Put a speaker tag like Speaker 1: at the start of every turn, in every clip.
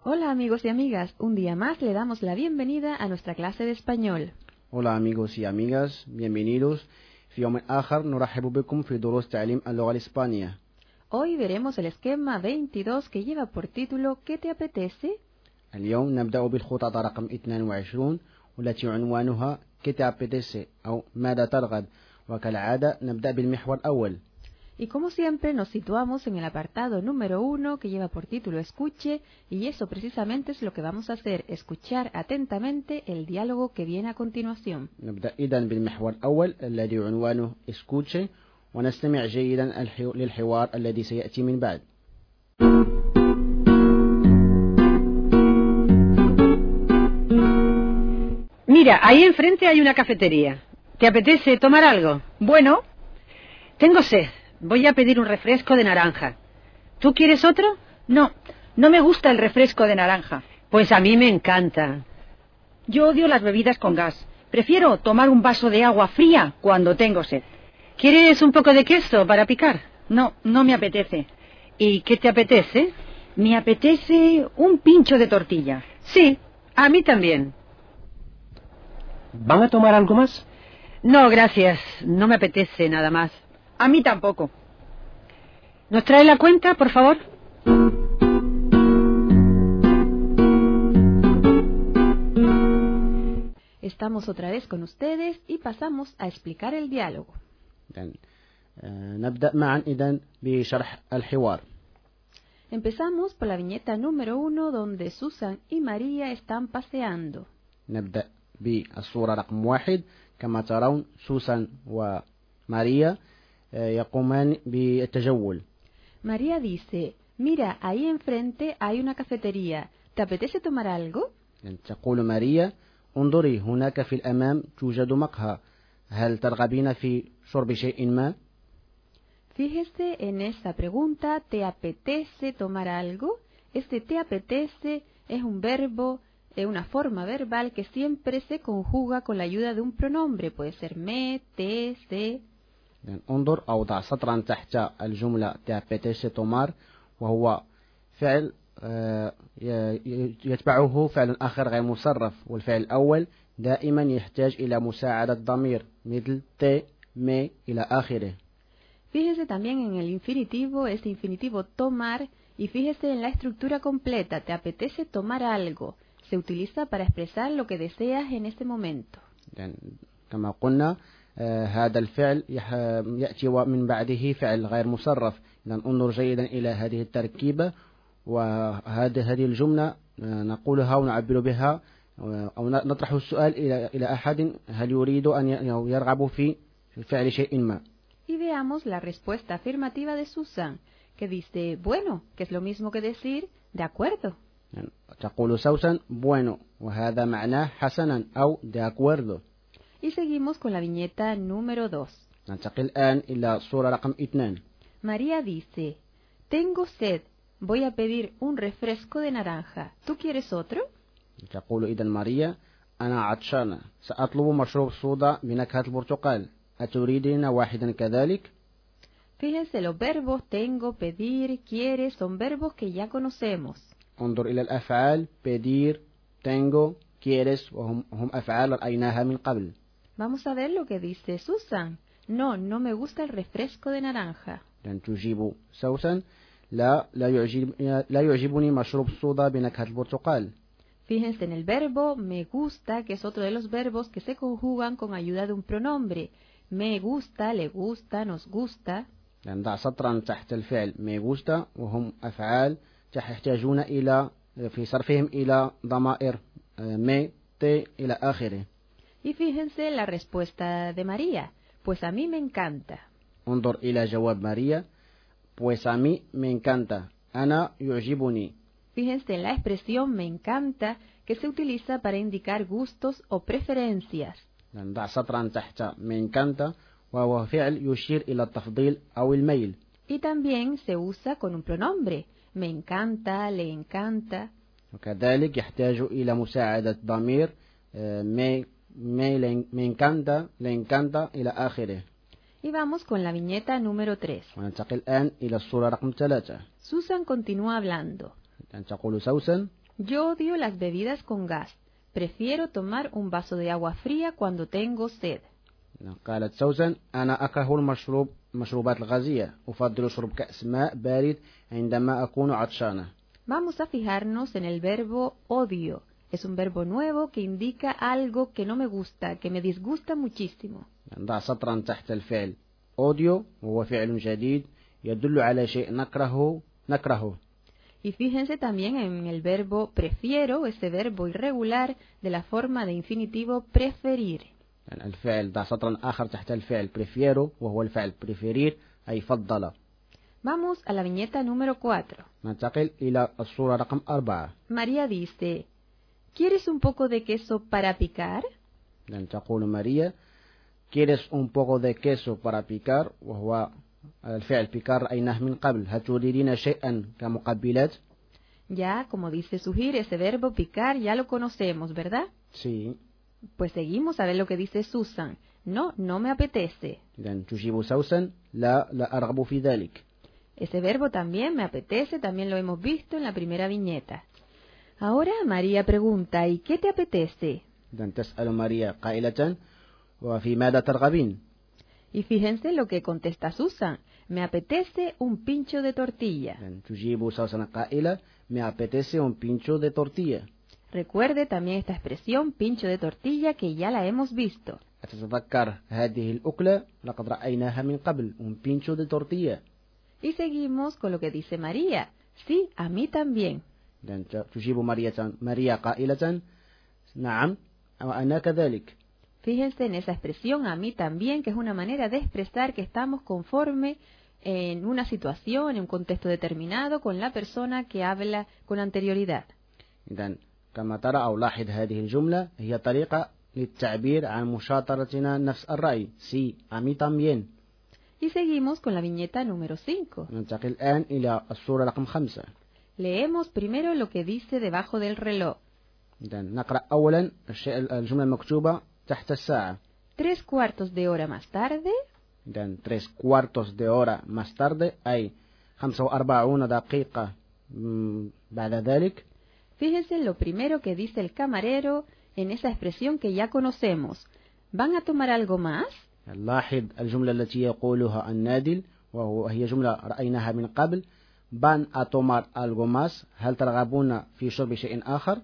Speaker 1: Hola amigos y amigas, un día más le damos la bienvenida a nuestra clase de español.
Speaker 2: Hola amigos y amigas, bienvenidos. في يوم آخر نرحب بكم في دروس تعليم اللغة الإسبانية.
Speaker 1: Hoy veremos el esquema 22 que lleva por título ¿Qué te apetece?
Speaker 2: اليوم نبدأ بالخطط رقم 22 والتي عنوانها كتابتسي أو ماذا ترغب وكالعادة نبدأ بالمحور الأول
Speaker 1: Y como siempre nos situamos en el apartado número 1 que lleva por título Escuche y eso precisamente es lo que vamos a hacer, escuchar atentamente el diálogo que viene a continuación.
Speaker 2: نبدأ إذا بالمحور الأول الذي عنوانه إسكوتشي ونستمع جيدا الحو- للحوار الذي سيأتي من بعد
Speaker 3: Mira, ahí enfrente hay una cafetería. ¿Te apetece tomar algo?
Speaker 4: Bueno,
Speaker 3: Tengo sed. Voy a pedir un refresco de naranja. ¿Tú quieres otro?
Speaker 4: no, no me gusta el refresco de naranja.
Speaker 3: Pues a mí me encanta.
Speaker 4: Yo odio las bebidas con gas. Prefiero tomar un vaso de agua fría cuando tengo sed.
Speaker 3: ¿Quieres un poco de queso para picar?
Speaker 4: No, no me apetece.
Speaker 3: ¿Y qué te apetece?
Speaker 4: Me apetece un pincho de tortilla.
Speaker 3: Sí, a mí también.
Speaker 5: ¿Van a tomar algo más?
Speaker 3: No, gracias. No me apetece nada más.
Speaker 4: A mí tampoco.
Speaker 3: ¿Nos trae la cuenta, por favor?
Speaker 1: Estamos otra vez con ustedes y pasamos a explicar el diálogo.
Speaker 2: يعني آه، نبدأ معا إذا بشرح الحوار
Speaker 1: Empezamos por la viñeta número 1 donde Susan y María están paseando.
Speaker 2: نبدأ بالصورة رقم واحد كما ترون سوسن وماريا آه، يقومان بالتجول
Speaker 1: María dice, mira, ahí enfrente hay una cafetería. ¿Te apetece tomar algo?
Speaker 2: يعني تقول ماريا انظري هناك في الأمام توجد مقهى هل ترغبين في شرب شيء ما؟
Speaker 1: Fíjese en esta pregunta, ¿te apetece tomar algo? Este te apetece es un verbo, eh, una forma verbal que siempre se conjuga con la ayuda de un pronombre. Puede ser me, te, se.
Speaker 2: يعني انظر أو ضع سطرا تحت الجملة تابتيسي تومار وهو فعل آه، ي- ي- يتبعه فعل آخر غير مصرف والفعل الأول دائما يحتاج إلى مساعدة ضمير مثل تي مي إلى آخره
Speaker 1: Fíjese también en el infinitivo, este infinitivo tomar, y fíjese en la estructura completa, ¿te apetece tomar algo? Se utiliza para expresar lo que deseas en este momento.
Speaker 2: يعني كما قلنا آه، هذا الفعل يح- يأتي ومن بعده فعل غير مصرف إذا انظر جيدا إلى هذه التركيبة وهذه هذه الجملة آه، نقولها ونعبر بها آه، أو ن- نطرح السؤال إلى إلى أحد هل يريد أن ي- أو يرغب في فعل شيء ما
Speaker 1: Y veamos la respuesta afirmativa de Susan, que dice, bueno, que es lo mismo que decir, de acuerdo.
Speaker 2: يعني تقول سوسن بوينو وهذا معناه حسنا أو داكوردو
Speaker 1: Y seguimos con la viñeta número 2.
Speaker 2: ننتقل الآن إلى صورة رقم اثنان
Speaker 1: María dice, tengo sed, voy a pedir un refresco de naranja. ¿Tú quieres otro?
Speaker 2: تقول إذا ماريا أنا عطشانة سأطلب مشروب صودا بنكهة البرتقال أتريدين واحدا كذلك؟
Speaker 1: Fíjense, los verbos tengo, pedir, quiere son verbos que ya conocemos.
Speaker 2: انظر إلى الأفعال بدير تانجو كيرس وهم هم أفعال رأيناها من قبل
Speaker 1: Vamos a ver lo que dice Susan. No, no me gusta el refresco de naranja.
Speaker 2: لأن تجيب سوسن لا لا, يعجب لا يعجبني مشروب الصودا بنكهة البرتقال
Speaker 1: Fíjense en el verbo me gusta, que es otro de los verbos que se conjugan con ayuda de un pronombre. Me gusta, le gusta, nos gusta.
Speaker 2: لأن ضع سطرا تحت الفعل ميغوستا وهم أفعال تح- يحتاجون إلى في صرفهم إلى ضمائر آه، مي تي إلى آخره
Speaker 1: Y fíjense la respuesta de María. Pues a mí me encanta.
Speaker 2: انظر إلى جواب ماريا Pues a mí me encanta. أنا يعجبني.
Speaker 1: Fíjense en la expresión me encanta, que se utiliza para indicar gustos o preferencias.
Speaker 2: نضع سطرا تحت me encanta وهو فعل يشير إلى التفضيل أو الميل.
Speaker 1: Y también se usa con un pronombre. Me encanta, le encanta.
Speaker 2: وكذلك يحتاج إلى مساعدة ضمير آه، me, me, le- me encanta, le encanta إلى آخره.
Speaker 1: Y vamos con la viñeta número 3.
Speaker 2: وننتقل الآن إلى الصورة رقم ثلاثة.
Speaker 1: Susan continúa hablando.
Speaker 2: أن تقول سوسن
Speaker 1: Yo odio las bebidas con gas. Prefiero tomar un vaso de agua fría cuando tengo sed.
Speaker 2: قالت سوسن أنا أكره المشروب مشروبات الغازية أفضل شرب كأس ماء بارد عندما أكون عطشانة
Speaker 1: Vamos a fijarnos en el verbo odio. Es un verbo nuevo que indica algo que no me gusta, que me disgusta muchísimo.
Speaker 2: يعني ضع سطرا تحت الفعل أوديو وهو فعل جديد يدل على شيء نكرهه نكرهه
Speaker 1: Y fíjense también en el verbo prefiero, ese verbo irregular de la forma de infinitivo preferir.
Speaker 2: يعني الفعل ضع سطرا آخر تحت الفعل بريفيرو وهو الفعل بريفيرير أي فضل
Speaker 1: Vamos a la viñeta número 4.
Speaker 2: ننتقل إلى الصورة رقم أربعة
Speaker 1: María dice, ¿quieres un poco de queso para picar?
Speaker 2: يعني تقول ماريا كيرس un poco de queso para picar وهو الفعل بيكار رأيناه من قبل هل تريدين شيئا كمقبلات
Speaker 1: Ya, como dice Sujir, ese verbo picar ya lo conocemos, ¿verdad?
Speaker 2: سي
Speaker 1: Pues seguimos a ver lo que dice Susan. No, no me apetece.
Speaker 2: إذا يعني تجيب سوسن لا لا أرغب في ذلك
Speaker 1: Ese verbo también me apetece, también lo hemos visto en la primera viñeta. Ahora María pregunta, ¿y qué te apetece?
Speaker 2: إذا تسأل ماريا قائلة وفي ماذا ترغبين
Speaker 1: Y fíjense lo que contesta Susan. Me apetece un pincho de tortilla.
Speaker 2: إذا تجيب سوسن قائلة me apetece un pincho de tortilla
Speaker 1: Recuerde también esta expresión pincho de tortilla que ya la hemos visto.
Speaker 2: أتتذكر هذه الأكلة لقد رأيناها من قبل un pincho de tortilla
Speaker 1: Y seguimos con lo que dice María. Sí, a mí también.
Speaker 2: إذا تجيب ماريا ماريا قائلة نعم وأنا كذلك
Speaker 1: Fíjense en esa expresión a mí también, que es una manera de expresar que estamos conforme en una situación, en un contexto determinado, con la persona que habla con anterioridad.
Speaker 2: إذا كما ترى أو لاحظ هذه الجملة هي طريقة للتعبير عن مشاطرتنا نفس الرأي سي أمي تامبيين
Speaker 1: Y seguimos con la viñeta número 5.
Speaker 2: ننتقل الآن إلى الصورة رقم خمسة
Speaker 1: Leemos primero lo que dice debajo del reloj.
Speaker 2: إذا نقرأ أولا الشيء الجملة المكتوبة تحت الساعة
Speaker 1: Tres cuartos de hora más tarde,
Speaker 2: إذا tres cuartos de hora más tarde أي 45 دقيقة مم، بعد ذلك
Speaker 1: fíjense en lo primero que dice el camarero en esa expresión que ya conocemos. ¿Van a tomar algo más?
Speaker 2: لاحظ الجملة التي يقولها النادل وهو- وهي جملة رأيناها من قبل بان أتومار الجوماس هل ترغبون في شرب شيء آخر؟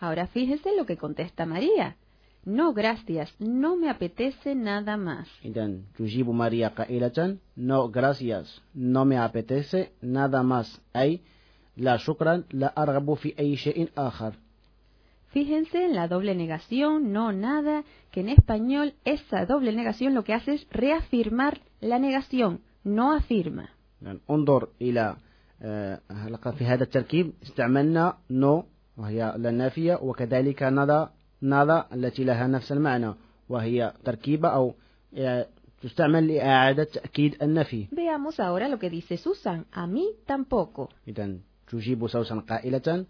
Speaker 1: Ahora fíjense lo que contesta María. No, gracias, no me apetece nada más.
Speaker 2: إذا تجيب ماريا قائلة no gracias no me apetece nada más أي لا شكرا لا أرغب في أي شيء آخر
Speaker 1: Fíjense en la doble negación, no nada, que en español esa doble negación lo que hace es reafirmar la negación, no afirma.
Speaker 2: إذن يعني انظر إلى آه، لقد في هذا التركيب استعملنا no وهي لا نافية وكذلك nada nada التي لها نفس المعنى وهي تركيبة أو آه، تستعمل لإعادة تأكيد النفي
Speaker 1: Veamos ahora lo que dice Susan. A mí tampoco.
Speaker 2: إذا تجيب سوسن قائلة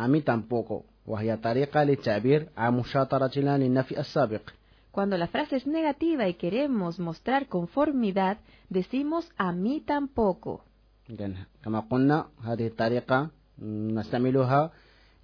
Speaker 2: أمي تامبوكو وهي طريقة للتعبير عن مشاطرتنا للنفي السابق
Speaker 1: Cuando la frase es negativa y queremos mostrar conformidad, decimos a mí tampoco.
Speaker 2: إذا كما قلنا هذه الطريقة م، نستعملها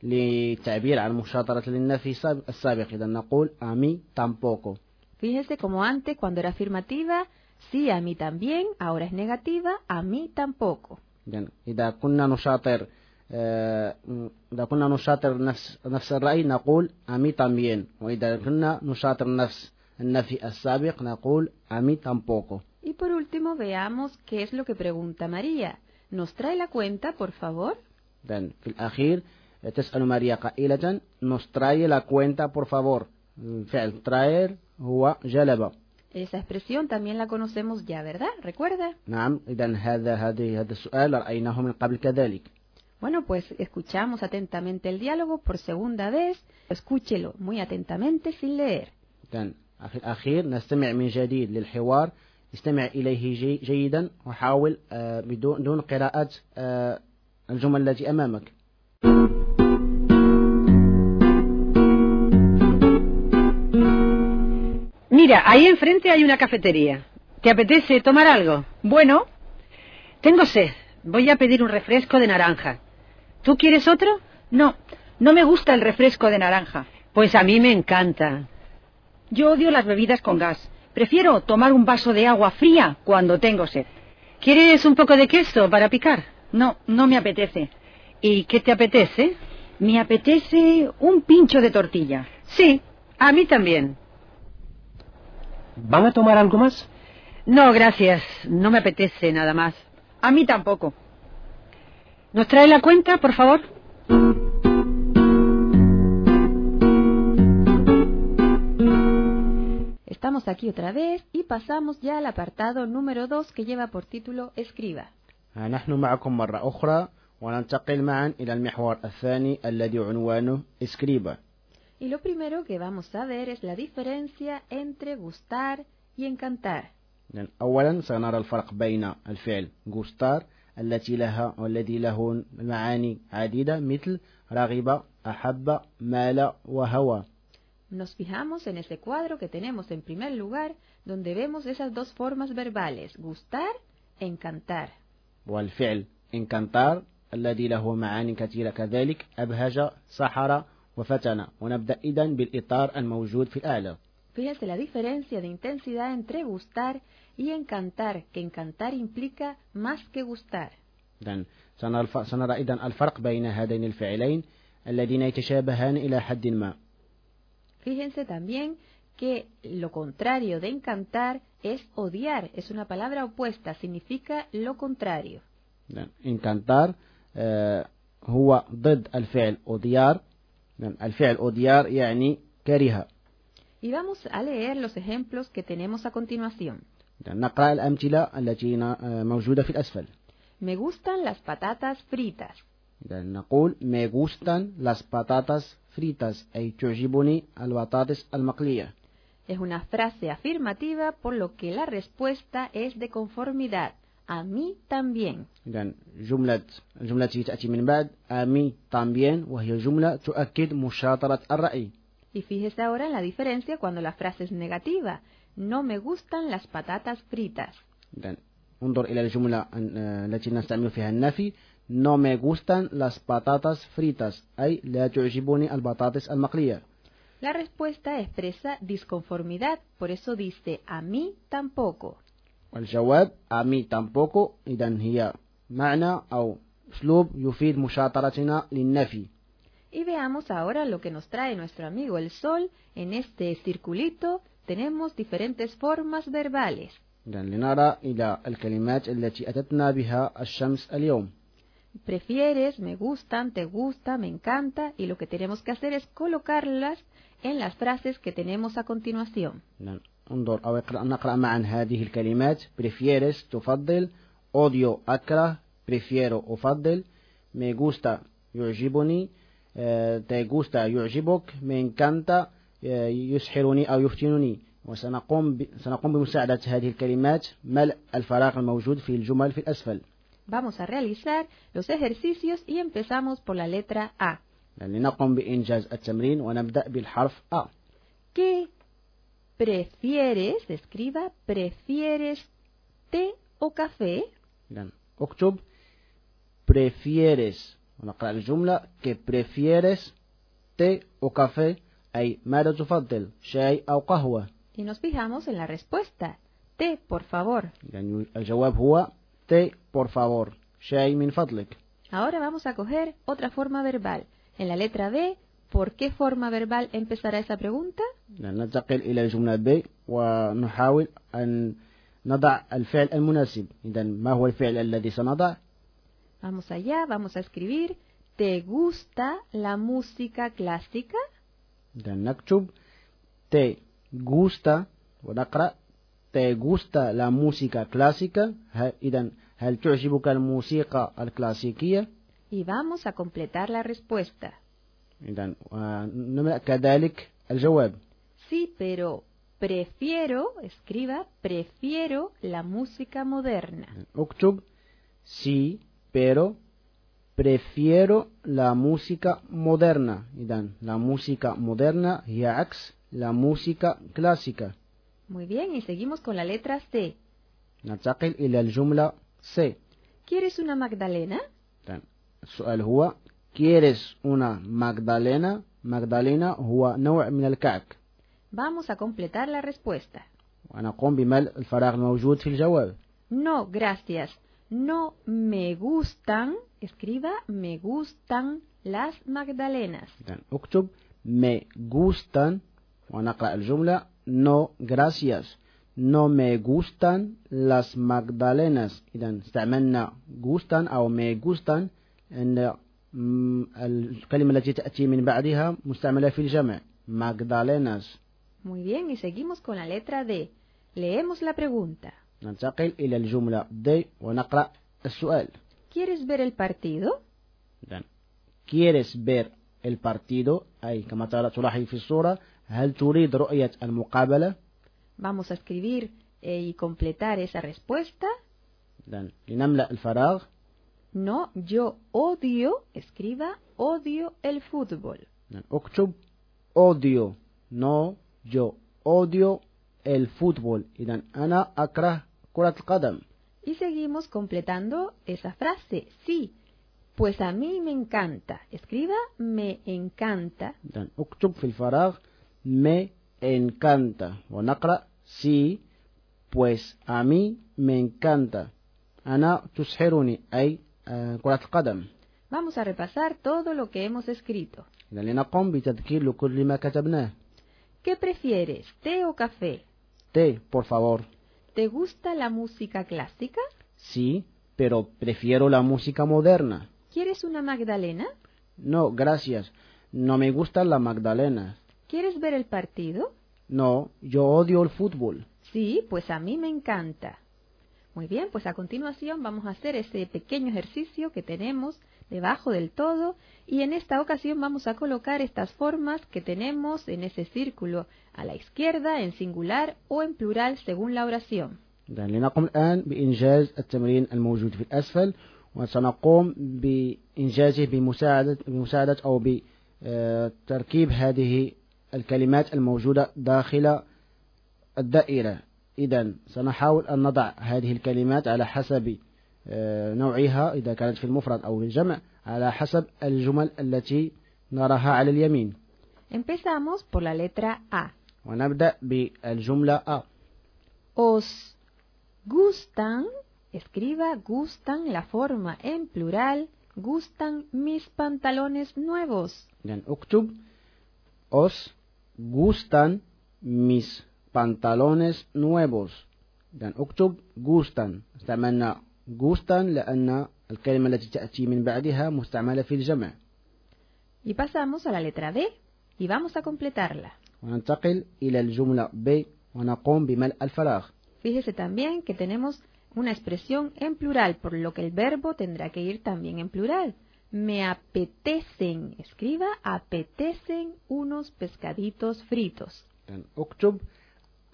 Speaker 2: للتعبير عن مشاطرة للنفي الساب- السابق إذا نقول أمي تامبوكو
Speaker 1: Fíjese como antes, cuando era afirmativa, sí a mí también, ahora es negativa, a mí tampoco.
Speaker 2: إذا إذا كنا نشاطر آه، م، إذا كنا نشاطر نفس نفس الرأي نقول أمي تامبيين وإذا كنا نشاطر نفس النفي السابق نقول أمي تامبوكو
Speaker 1: Y por último, veamos qué es lo que pregunta María. ¿Nos trae la cuenta, por favor?
Speaker 2: إذن في الأخير تسأل ماريا قائلة nos trae la cuenta por favor فعل traer هو جلب
Speaker 1: Esa expresión también la conocemos ya, ¿verdad? ¿Recuerda?
Speaker 2: نعم إذا هذا هذه هذا السؤال رأيناه من قبل كذلك
Speaker 1: Bueno, pues escuchamos atentamente el diálogo por segunda vez. Escúchelo muy atentamente sin leer.
Speaker 2: إذن في الأخير نستمع من جديد للحوار استمع إليه جي جيدا وحاول آه، بدون دون قراءة آه، الجمل التي أمامك
Speaker 3: Mira, ahí enfrente hay una cafetería. ¿Te apetece tomar algo? Bueno, tengo sed. Voy a pedir un refresco de naranja. ¿Tú quieres otro? No,
Speaker 4: No me gusta el refresco de naranja.
Speaker 3: Pues a mí me encanta.
Speaker 4: Yo odio las bebidas con gas. Prefiero tomar un vaso de agua fría cuando tengo sed.
Speaker 3: ¿Quieres un poco de queso para picar?
Speaker 4: No, no me apetece.
Speaker 3: ¿Y qué te apetece?
Speaker 4: Me apetece un pincho de tortilla.
Speaker 3: Sí, a mí también.
Speaker 5: ¿Van a tomar algo más?
Speaker 3: No, gracias. No me apetece nada más.
Speaker 4: A mí tampoco.
Speaker 3: ¿Nos trae la cuenta, por favor?
Speaker 1: Estamos aquí otra vez y pasamos ya al apartado número 2 que lleva por título Escriba.
Speaker 2: آه، نحن معكم مرة أخرى وننتقل معا إلى المحور الثاني الذي عنوانه إسكريبا
Speaker 1: Y lo primero que vamos a ver es la diferencia entre gustar y encantar.
Speaker 2: إذن أولا سنرى الفرق بين الفعل غوستار التي لها والذي له معاني عديدة مثل رغب أحب مال وهوى
Speaker 1: Nos fijamos en ese cuadro que tenemos en primer lugar donde vemos esas dos formas verbales, gustar, encantar.
Speaker 2: والفعل انكنتار الذي له معاني كثيرة كذلك أبهج سحر وفتن ونبدأ إذا بالإطار الموجود في الأعلى
Speaker 1: Fíjense la diferencia de intensidad entre gustar y encantar, que encantar implica más que gustar.
Speaker 2: إذن سنرى- سنرى إذا الفرق بين هذين الفعلين الذين يتشابهان إلى حد ما
Speaker 1: Fíjense también que lo contrario de encantar es odiar, es una palabra opuesta, significa lo contrario.
Speaker 2: نعم انكانتار هو ضد الفعل أوديار نعم الفعل أوديار يعني كره
Speaker 1: Y vamos a leer los ejemplos que tenemos a continuación.
Speaker 2: نعم نقرأ الأمثلة التي ن- آه، موجودة في الأسفل
Speaker 1: Me gustan las patatas fritas.
Speaker 2: إذا نعم. نقول me gustan las patatas fritas أي تعجبني البطاطس المقلية
Speaker 1: Es una frase afirmativa por lo que la respuesta es de conformidad. A mí también.
Speaker 2: إذا نعم. جملة الجملة التي تأتي من بعد a mí también وهي جملة تؤكد مشاطرة الرأي
Speaker 1: Y fíjese ahora en la diferencia cuando la frase es negativa. No me gustan las patatas fritas.
Speaker 2: إذن انظر إلى الجملة أن- آه، التي نستعمل فيها النفي No me gustan las patatas fritas أي لا تعجبني البطاطس المقلية
Speaker 1: La respuesta expresa disconformidad, por eso dice a mí tampoco.
Speaker 2: والجواب a mí tampoco إذا هي معنى أو أسلوب يفيد مشاطرتنا للنفي
Speaker 1: Y veamos ahora lo que nos trae nuestro amigo el sol. En este circulito tenemos diferentes formas verbales.
Speaker 2: إذا لنرى إلى الكلمات التي أتتنا بها الشمس اليوم
Speaker 1: Prefieres, me gustan, te gusta, me encanta y lo que tenemos que hacer es colocarlas en las frases que tenemos a continuación.
Speaker 2: إذن نعم. انظر أو اقرأ نقرأ معا هذه الكلمات prefieres تفضل أوديو أكره prefiero أفضل me gusta يعجبني آه، te gusta يعجبك me encanta آه، يسحرني أو يفتنني وسنقوم ب... سنقوم بمساعدة هذه الكلمات ملء الفراغ الموجود في الجمل في الأسفل
Speaker 1: Vamos a realizar los ejercicios y empezamos por la letra A.
Speaker 2: لنقم بإنجاز التمرين ونبدأ بالحرف أ
Speaker 1: ¿Qué prefieres? Escriba, ¿prefieres té o café?
Speaker 2: إذن اكتب prefieres ونقرأ الجملة que prefieres té o café أي ماذا تفضل شاي أو قهوة
Speaker 1: Y nos fijamos en la respuesta. Té, por favor.
Speaker 2: يعني الجواب هو té por favor شاي من فضلك
Speaker 1: Ahora vamos a coger otra forma verbal. En la letra B, ¿por qué forma verbal empezará esa pregunta?
Speaker 2: إذن ننتقل إلى الجملة ب ونحاول أن نضع الفعل المناسب إذا ما هو الفعل الذي سنضع
Speaker 1: Vamos allá, vamos a escribir. ¿Te gusta la música clásica?
Speaker 2: إذا نكتب te gusta ونقرأ te gusta la música clásica ه- إذا هل تعجبك الموسيقى الكلاسيكية؟
Speaker 1: Y vamos a completar la respuesta.
Speaker 2: إذا آه، نملأ كذلك الجواب
Speaker 1: Sí, pero prefiero, escriba, prefiero la música moderna.
Speaker 2: اكتب sí pero prefiero la música moderna إذا la música moderna هي عكس la música clásica
Speaker 1: Muy bien, y seguimos con la letra C.
Speaker 2: ننتقل إلى الجملة C
Speaker 1: ¿Quieres una Magdalena?
Speaker 2: السؤال هو quieres una magdalena magdalena هو نوع من الكعك
Speaker 1: Vamos a completar la respuesta.
Speaker 2: ونقوم بملء الفراغ الموجود في الجواب
Speaker 1: No, gracias. No me gustan, escriba, me gustan las magdalenas.
Speaker 2: إذن اكتب me gustan ونقرأ الجملة no gracias no me gustan las magdalenas إذا استعملنا gustan أو me gustan أن م- الكلمة التي تأتي من بعدها مستعملة في الجمع magdalenas
Speaker 1: Muy bien, y seguimos con la letra D. Leemos la pregunta.
Speaker 2: ننتقل إلى الجملة دي ونقرأ السؤال
Speaker 1: ¿Quieres ver el partido?
Speaker 2: إذن quieres ver el partido أي كما ترى- تلاحظ في الصورة هل تريد رؤية المقابلة
Speaker 1: Vamos a escribir eh, y completar esa respuesta.
Speaker 2: إذن لنملأ الفراغ
Speaker 1: No, yo odio, escriba, odio el fútbol.
Speaker 2: إذن اكتب odio no yo odio el fútbol إذا أنا أكره كرة القدم
Speaker 1: Y seguimos completando esa frase. Sí, pues a mí me encanta. Escriba, me encanta.
Speaker 2: إذا اكتب في الفراغ me encanta ونقرأ sí pues a mí me encanta أنا تسحرني أي آه، كرة القدم
Speaker 1: Vamos a repasar todo lo que hemos escrito.
Speaker 2: إذا لنقم بتذكير كل ما كتبناه
Speaker 1: ¿Qué prefieres, té o café?
Speaker 2: té por favor
Speaker 1: ¿Te gusta la música clásica?
Speaker 2: sí pero prefiero la música moderna
Speaker 1: ¿Quieres una Magdalena?
Speaker 2: no gracias no me gusta la magdalena
Speaker 1: ¿Quieres ver el partido?
Speaker 2: No, yo odio el fútbol.
Speaker 1: Sí, pues a mí me encanta. Muy bien, pues a continuación vamos a hacer ese pequeño ejercicio que tenemos debajo del todo y en esta ocasión vamos a colocar estas formas que tenemos en ese círculo a la izquierda, en singular o en plural según la oración.
Speaker 2: إذا لنقم الآن بإنجاز التمرين الموجود في الأسفل وسنقوم بإنجازه بمساعدة, بمساعدة أو بتركيب هذه الكلمات الموجودة داخل الدائرة إذا سنحاول أن نضع هذه الكلمات على حسب آه، نوعها إذا كانت في المفرد أو الجمع على حسب الجمل التي نراها على اليمين
Speaker 1: Empezamos por la letra A.
Speaker 2: ونبدأ بالجملة أ
Speaker 1: Os gustan, escriba gustan la forma en plural, gustan mis pantalones nuevos.
Speaker 2: إذن اكتب os gustan mis pantalones nuevos إذن اكتب gustan استعملنا gustan لأن الكلمة التي تأتي من بعدها مستعملة في الجمع
Speaker 1: Y pasamos a la letra D y vamos a completarla.
Speaker 2: وننتقل إلى الجملة ب ونقوم بملء الفراغ
Speaker 1: Fíjese también que tenemos una expresión en plural, por lo que el verbo tendrá que ir también en plural. Me apetecen, escriba, apetecen unos pescaditos fritos.
Speaker 2: إذن اكتب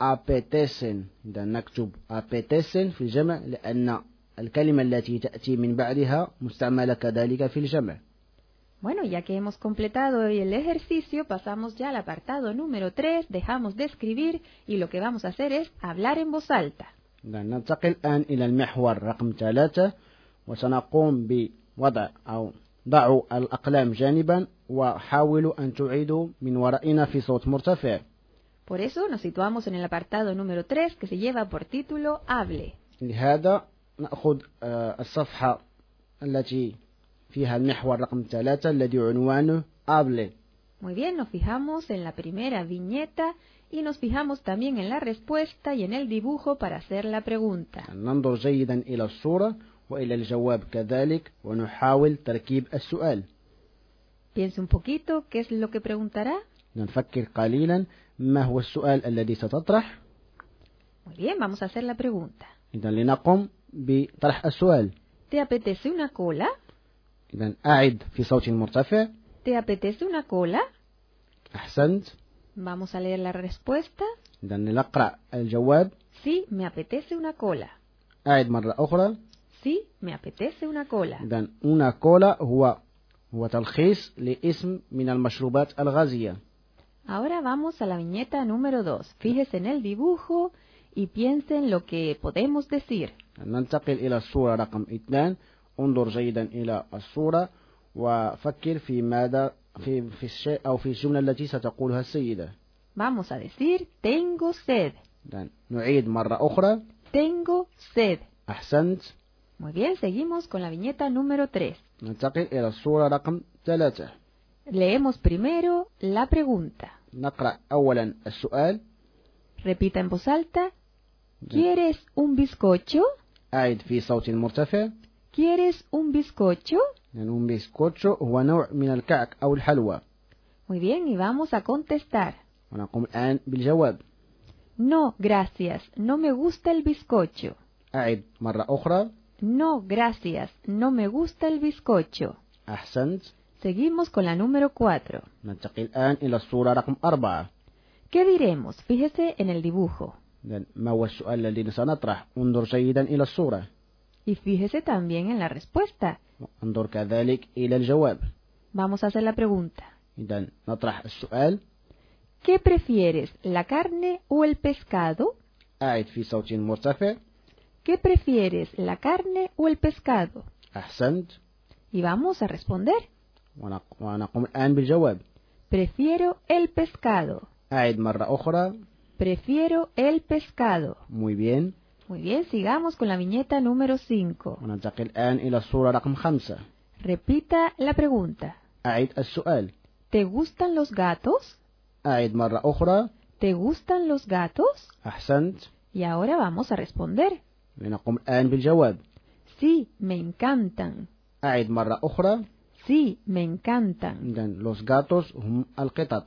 Speaker 2: apetecen إذا نكتب apetecen في الجمع لأن الكلمة التي تأتي من بعدها مستعملة كذلك في الجمع
Speaker 1: Bueno, ya que hemos completado hoy el ejercicio, pasamos ya al apartado número 3, dejamos de escribir y lo que vamos a hacer es hablar en voz alta.
Speaker 2: إذا ننتقل الآن إلى المحور رقم ثلاثة وسنقوم بوضع أو ضعوا الأقلام جانبا وحاولوا أن تعيدوا من ورائنا في صوت مرتفع
Speaker 1: Por eso nos situamos en el apartado número 3 que se lleva por título Hable.
Speaker 2: لهذا نأخذ آه، الصفحة التي فيها المحور رقم ثلاثة الذي عنوانه أبلي
Speaker 1: Muy bien, nos fijamos en la primera viñeta y nos fijamos también en la respuesta y en el dibujo para hacer la pregunta.
Speaker 2: ننظر جيدا إلى الصورة وإلى الجواب كذلك ونحاول تركيب السؤال
Speaker 1: Piense un poquito qué es lo que preguntará.
Speaker 2: نفكر قليلا ما هو السؤال الذي ستطرح
Speaker 1: Muy bien, vamos a hacer la pregunta.
Speaker 2: إذا لنقم بطرح السؤال
Speaker 1: ¿Te apetece una cola?
Speaker 2: إذا أعد في صوت مرتفع
Speaker 1: ¿Te apetece una cola?
Speaker 2: أحسنت
Speaker 1: Vamos a leer la respuesta.
Speaker 2: إذا لنقرأ الجواب
Speaker 1: Sí, me apetece una cola.
Speaker 2: أعد مرة أخرى
Speaker 1: Sí, me apetece una cola.
Speaker 2: إذا أونا كولا هو هو تلخيص لاسم من المشروبات الغازية
Speaker 1: Ahora vamos a la viñeta número 2. Fíjese en el dibujo y piense en lo que podemos decir.
Speaker 2: ننتقل إلى الصورة رقم اثنان انظر جيدا إلى الصورة وفكر في ماذا في, في الشيء أو في الجملة التي ستقولها السيدة
Speaker 1: Vamos a decir tengo sed.
Speaker 2: إذن نعيد مرة أخرى
Speaker 1: Tengo sed.
Speaker 2: أحسنت
Speaker 1: Muy bien, seguimos con la viñeta número 3.
Speaker 2: ننتقل إلى الصورة رقم ثلاثة
Speaker 1: Leemos primero la pregunta.
Speaker 2: نقرأ أولا السؤال
Speaker 1: Repita en voz alta. ¿Quieres un bizcocho?
Speaker 2: أعد في صوت مرتفع
Speaker 1: ¿Quieres un bizcocho?
Speaker 2: لأن un بيسكوتشو هو نوع من الكعك أو الحلوى
Speaker 1: Muy bien, y vamos a contestar.
Speaker 2: ونقوم الآن بالجواب
Speaker 1: No, gracias, no me gusta el bizcocho.
Speaker 2: أعد مرة أخرى
Speaker 1: No, gracias, no me gusta el bizcocho.
Speaker 2: أحسنت
Speaker 1: Seguimos con la número 4.
Speaker 2: ننتقل الآن إلى الصورة رقم أربعة
Speaker 1: ¿Qué diremos? Fíjese en el dibujo.
Speaker 2: إذن ما هو السؤال الذي سنطرح انظر جيدا إلى الصورة
Speaker 1: Y fíjese también en la respuesta.
Speaker 2: انظر كذلك إلى الجواب
Speaker 1: Vamos a hacer la pregunta.
Speaker 2: إذا نطرح السؤال
Speaker 1: ¿Qué prefieres, la carne o el pescado?
Speaker 2: أعد في صوت مرتفع
Speaker 1: ¿Qué prefieres, la carne o el pescado?
Speaker 2: أحسنت
Speaker 1: Y vamos a responder.
Speaker 2: ونق- ونقوم الآن بالجواب
Speaker 1: Prefiero el pescado.
Speaker 2: أعد مرة أخرى
Speaker 1: Prefiero el pescado.
Speaker 2: muy bien
Speaker 1: Muy bien, sigamos con la viñeta número 5.
Speaker 2: وننتقل الآن إلى الصورة رقم خمسة
Speaker 1: Repita la pregunta.
Speaker 2: أعد السؤال
Speaker 1: ¿Te gustan los gatos?
Speaker 2: أعد مرة أخرى
Speaker 1: ¿Te gustan los gatos?
Speaker 2: أحسنت
Speaker 1: Y ahora vamos a responder.
Speaker 2: لنقوم الآن بالجواب
Speaker 1: Sí, me encantan.
Speaker 2: أعد مرة أخرى
Speaker 1: Sí, me encantan.
Speaker 2: إذا لوس جاتوس هم القطط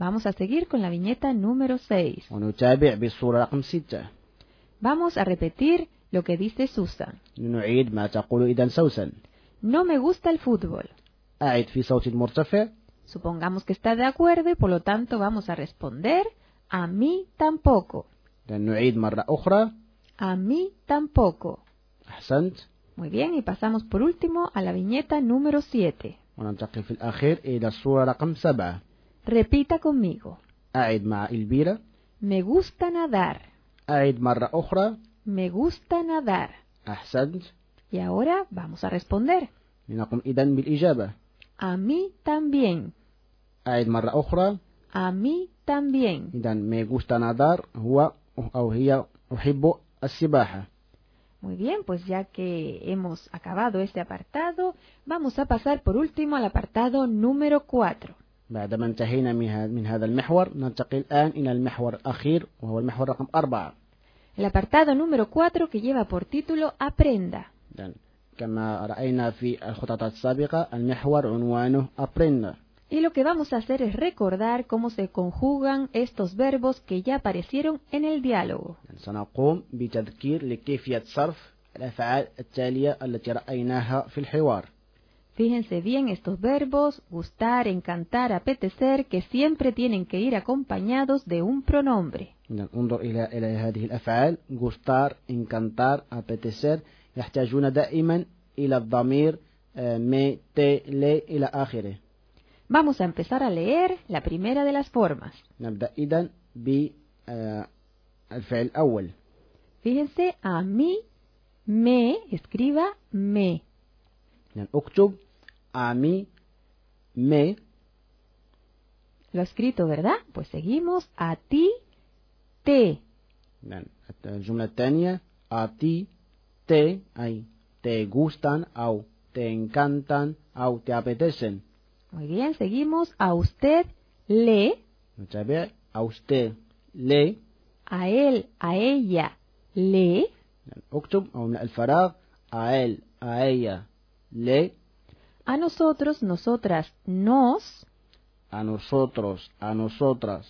Speaker 1: Vamos a seguir con la viñeta número 6.
Speaker 2: ونتابع بالصورة رقم ستة
Speaker 1: Vamos a repetir lo que dice Susan.
Speaker 2: لنعيد ما تقول إذا سوسن
Speaker 1: No me gusta el fútbol.
Speaker 2: أعد في صوت مرتفع
Speaker 1: Supongamos que está de acuerdo y por lo tanto vamos a responder. A mí tampoco.
Speaker 2: لنعيد مرة أخرى
Speaker 1: A mí tampoco.
Speaker 2: أحسنت
Speaker 1: Muy bien, y pasamos por último a la viñeta número 7.
Speaker 2: وننتقل في الأخير إلى الصورة رقم سبعة
Speaker 1: Repita conmigo.
Speaker 2: أعد مع إلبيرة
Speaker 1: Me gusta nadar.
Speaker 2: أعد مرة أخرى
Speaker 1: Me gusta nadar.
Speaker 2: أحسنت
Speaker 1: Y ahora vamos a responder.
Speaker 2: لنقم إذا بالإجابة
Speaker 1: A mí también.
Speaker 2: أعد مرة أخرى
Speaker 1: A mí también.
Speaker 2: إذا ما gusta nadar هو أو هي أحب السباحة
Speaker 1: Muy bien, pues ya que hemos acabado este apartado, vamos a pasar por último al apartado número 4.
Speaker 2: بعدما انتهينا من هذا- من هذا المحور ننتقل الآن إلى المحور الأخير وهو المحور رقم أربعة
Speaker 1: El apartado número 4 que lleva por título Aprenda.
Speaker 2: إذن كما رأينا في الخططات السابقة المحور عنوانه أبرينا
Speaker 1: Y lo que vamos a hacer es recordar cómo se conjugan estos verbos que ya aparecieron en el diálogo.
Speaker 2: سنقوم بتذكير لكيفية صرف الأفعال التالية التي رأيناها في الحوار
Speaker 1: Fíjense bien estos verbos, gustar, encantar, apetecer, que siempre tienen que ir acompañados de un pronombre.
Speaker 2: إذن انظر إلى إلى هذه الأفعال غوستار إنكانتار أبيتسير يحتاجون دائما إلى الضمير آه، مي تي لي إلى آخره
Speaker 1: Vamos a empezar a leer la primera de las formas.
Speaker 2: نبدأ إذن بالفعل الأول
Speaker 1: Fíjense, a mí, me, escriba me.
Speaker 2: إذن اكتب أمي مي
Speaker 1: Lo ha escrito, ¿verdad? Pues seguimos, a ti, te.
Speaker 2: إذن الجملة الثانية أتي تي أي تي غوستان أو تي إنكانتان أو تي أبيتسن
Speaker 1: Muy bien, seguimos, a usted, le,
Speaker 2: نتابع أوستي لي
Speaker 1: a él, a ella, le.
Speaker 2: يعني اكتب أو من الفراغ أيل أيا لي
Speaker 1: A nosotros, nosotras, nos.
Speaker 2: a nosotros a nosotras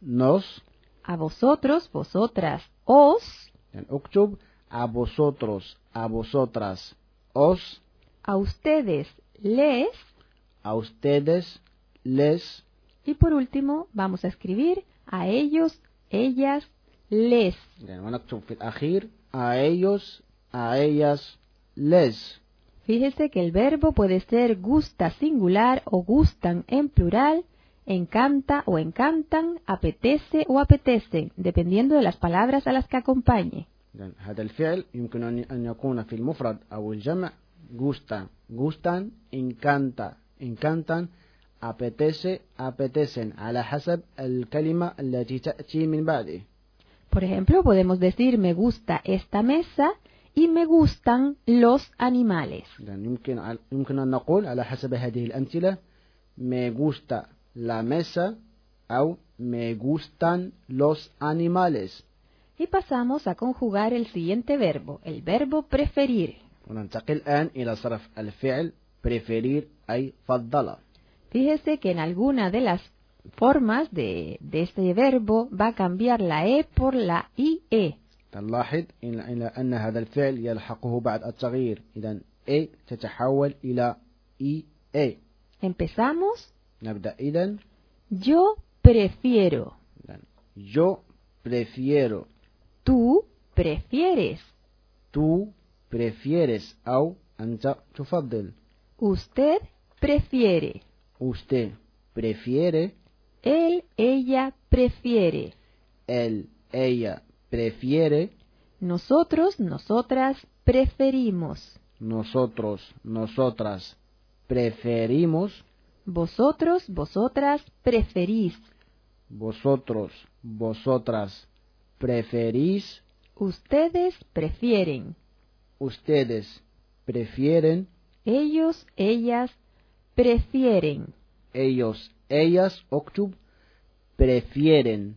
Speaker 2: nos
Speaker 1: A vosotros, vosotras, os.
Speaker 2: يعني اكتب a vosotros a vosotras os
Speaker 1: A ustedes, les.
Speaker 2: a ustedes les
Speaker 1: Y por último, vamos a escribir a ellos, ellas, les.
Speaker 2: يعني ونكتب في الأخير a ellos a ellas les
Speaker 1: Fíjese que el verbo puede ser gusta singular o gustan en plural, encanta o encantan, apetece o apetecen, dependiendo de las palabras a las que acompañe.
Speaker 2: يعني هذا الفعل يمكن أن- أن يكون في المفرد أو الجمع gustan, gustan, encanta, encantan, apetece, apetecen, على حسب الكلمة التي تأتي من بعده.
Speaker 1: Por ejemplo, podemos decir me gusta esta mesa y me gustan los animales.
Speaker 2: إذن يمكن عل- يمكن أن نقول على حسب هذه الأمثلة me gusta la mesa أو me gustan los animales.
Speaker 1: Y pasamos a conjugar el siguiente verbo, el verbo preferir.
Speaker 2: وننتقل الآن إلى صرف الفعل preferir أي فضل.
Speaker 1: Fíjese que en alguna de las formas de, de este verbo va a cambiar la E por la e. IE.
Speaker 2: نلاحظ إن- إلى أن هذا الفعل يلحقه بعد التغيير إذا A تتحول إلى EA
Speaker 1: Empezamos.
Speaker 2: نبدأ إذا
Speaker 1: Yo prefiero.
Speaker 2: إذا yo prefiero
Speaker 1: Tú prefieres.
Speaker 2: tú prefieres أو أنت تفضل
Speaker 1: Usted prefiere.
Speaker 2: usted prefiere
Speaker 1: Él, ella prefiere.
Speaker 2: él ella prefiere
Speaker 1: Nosotros, nosotras preferimos.
Speaker 2: nosotros nosotras preferimos
Speaker 1: Vosotros, vosotras preferís.
Speaker 2: vosotros vosotras preferís
Speaker 1: Ustedes prefieren.
Speaker 2: ustedes prefieren
Speaker 1: Ellos, ellas prefieren.
Speaker 2: ellos, ellas, Oktub, prefieren.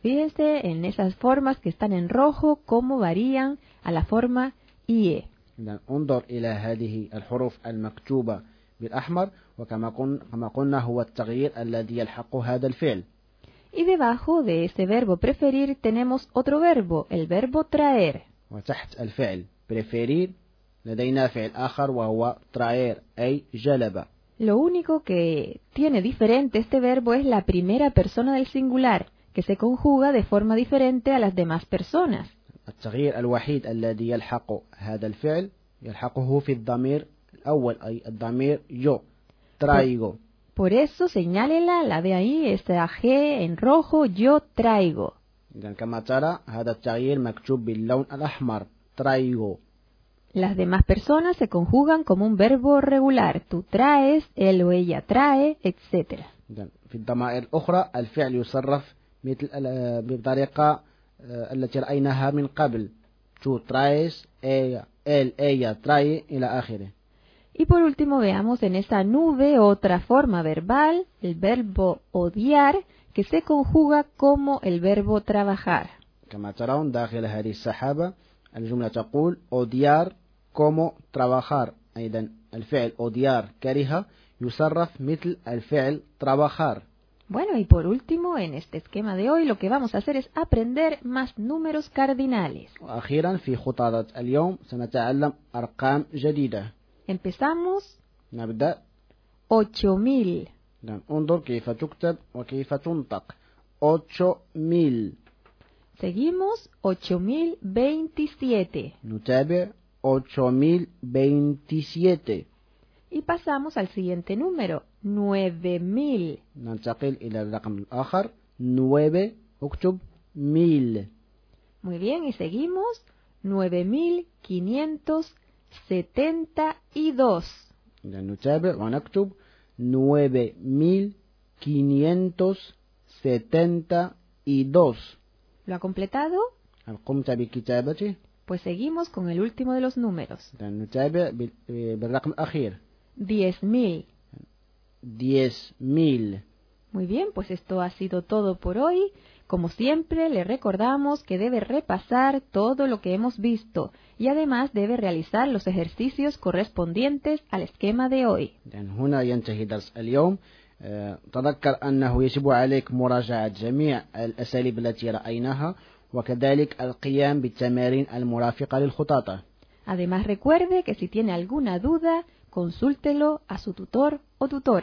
Speaker 1: Fíjense en esas formas que están en rojo cómo varían a la forma E. IE.
Speaker 2: إذا انظر إلى هذه الحروف المكتوبة بالأحمر وكما قلنا, كما قلنا هو التغيير الذي يلحق هذا الفعل
Speaker 1: Y debajo de este verbo preferir tenemos otro verbo, el verbo traer.
Speaker 2: وتحت الفعل preferir لدينا فعل آخر وهو traer أي جلب
Speaker 1: Lo único que tiene diferente este verbo es la primera persona del singular, que se conjuga de forma diferente a las demás personas.
Speaker 2: التغيير الوحيد الذي يلحق هذا الفعل يلحقه في الضمير الأول أي الضمير yo traigo
Speaker 1: Por eso señálela, la de ahí, esta G en rojo, yo traigo.
Speaker 2: إذا كما ترى هذا التغيير مكتوب باللون الأحمر traigo
Speaker 1: Las demás personas se conjugan como un verbo regular. Tú traes, él o ella trae, etc.
Speaker 2: إذن في الضمائر الأخرى الفعل يصرف مثل ال- بطريقة آه، التي رأيناها من قبل تو ترايس إيا إل إيا تراي إلى آخره
Speaker 1: Y por último veamos en esta nube otra forma verbal, el verbo odiar, que se conjuga como el verbo trabajar.
Speaker 2: كما ترون داخل هذه السحابة الجملة تقول أوديار كومو تراباخار أيضا الفعل أوديار كره يصرف مثل الفعل تراباخار
Speaker 1: Bueno, y por último, en este esquema de hoy lo que vamos a hacer es aprender más números cardinales.
Speaker 2: وأخيرا في خطة اليوم سنتعلم أرقام جديدة
Speaker 1: Empezamos
Speaker 2: نبدأ
Speaker 1: 8000.
Speaker 2: نعم انظر كيف تكتب وكيف تنطق أوتشو ميل
Speaker 1: Seguimos 8027.
Speaker 2: نتابع أوتشو ميل بينتيسيتي
Speaker 1: Y pasamos al siguiente número, 9000.
Speaker 2: ننتقل إلى الرقم الآخر نويبي اكتب ميل
Speaker 1: Muy bien, y seguimos 9572.
Speaker 2: إذا نتابع ونكتب نويبي ميل كينينتوس ستنتا إيدوس
Speaker 1: ¿Lo ha completado?
Speaker 2: هل قمت بكتابته؟
Speaker 1: Pues seguimos con el último de los números,
Speaker 2: إذا نتابع بال- بالرقم الأخير
Speaker 1: 10000.
Speaker 2: ديس ميل
Speaker 1: Muy bien, pues esto ha sido todo por hoy. Como siempre, le recordamos que debe repasar todo lo que hemos visto y además debe realizar los ejercicios correspondientes al esquema de hoy.
Speaker 2: يعني هنا ينتهي درس اليوم آه، تذكر أنه يجب عليك مراجعة جميع الأساليب التي رأيناها وكذلك القيام بالتمارين المرافقة للخطاطة
Speaker 1: Además, recuerde que si tiene alguna duda, consúltelo a su tutor o tutora.